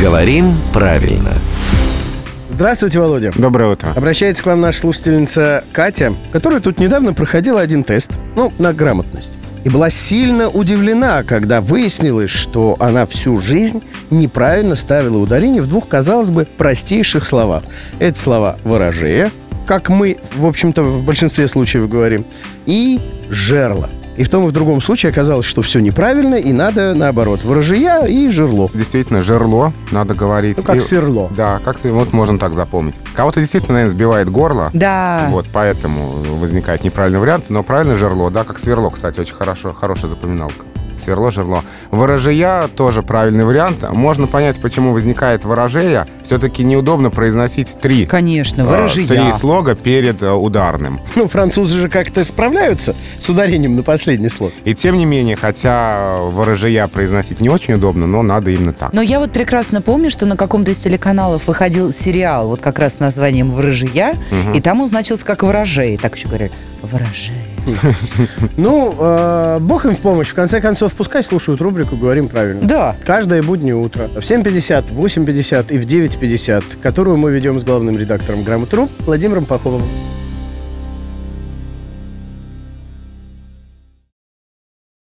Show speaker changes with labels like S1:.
S1: Говорим правильно.
S2: Здравствуйте, Володя.
S3: Доброе утро.
S2: Обращается к вам наша слушательница Катя, которая тут недавно проходила один тест, ну, на грамотность. И была сильно удивлена, когда выяснилось, что она всю жизнь неправильно ставила ударение в двух, казалось бы, простейших словах. Это слова «ворожея», как мы, в общем-то, в большинстве случаев говорим, и «жерло». И в том и в другом случае оказалось, что все неправильно, и надо наоборот. Ворожия и жерло.
S3: Действительно, жерло, надо говорить.
S2: Ну, как
S3: И-
S2: серло.
S3: Да, как сер- вот можно так запомнить. Кого-то действительно, наверное, сбивает горло.
S4: Да.
S3: Вот, поэтому возникает неправильный вариант. Но правильно жерло, да, как сверло, кстати, очень хорошо, хорошая запоминалка. Сверло, жерло. Ворожея тоже правильный вариант. Можно понять, почему возникает ворожея. Все-таки неудобно произносить три.
S4: Конечно,
S3: э, Три
S4: ворожья.
S3: слога перед э, ударным.
S2: Ну, французы же как-то справляются с ударением на последний слог.
S3: И тем не менее, хотя э, ворожея произносить не очень удобно, но надо именно так.
S4: Но я вот прекрасно помню, что на каком-то из телеканалов выходил сериал, вот как раз с названием «Ворожия», и там он значился как «Ворожей». Так еще говорили «Ворожей».
S2: Ну, э, бог им в помощь. В конце концов, пускай слушают рубрику «Говорим правильно».
S4: Да.
S2: Каждое буднее утро в 7.50, в 8.50 и в 9.50, которую мы ведем с главным редактором «Грамотру» Владимиром Пахомовым.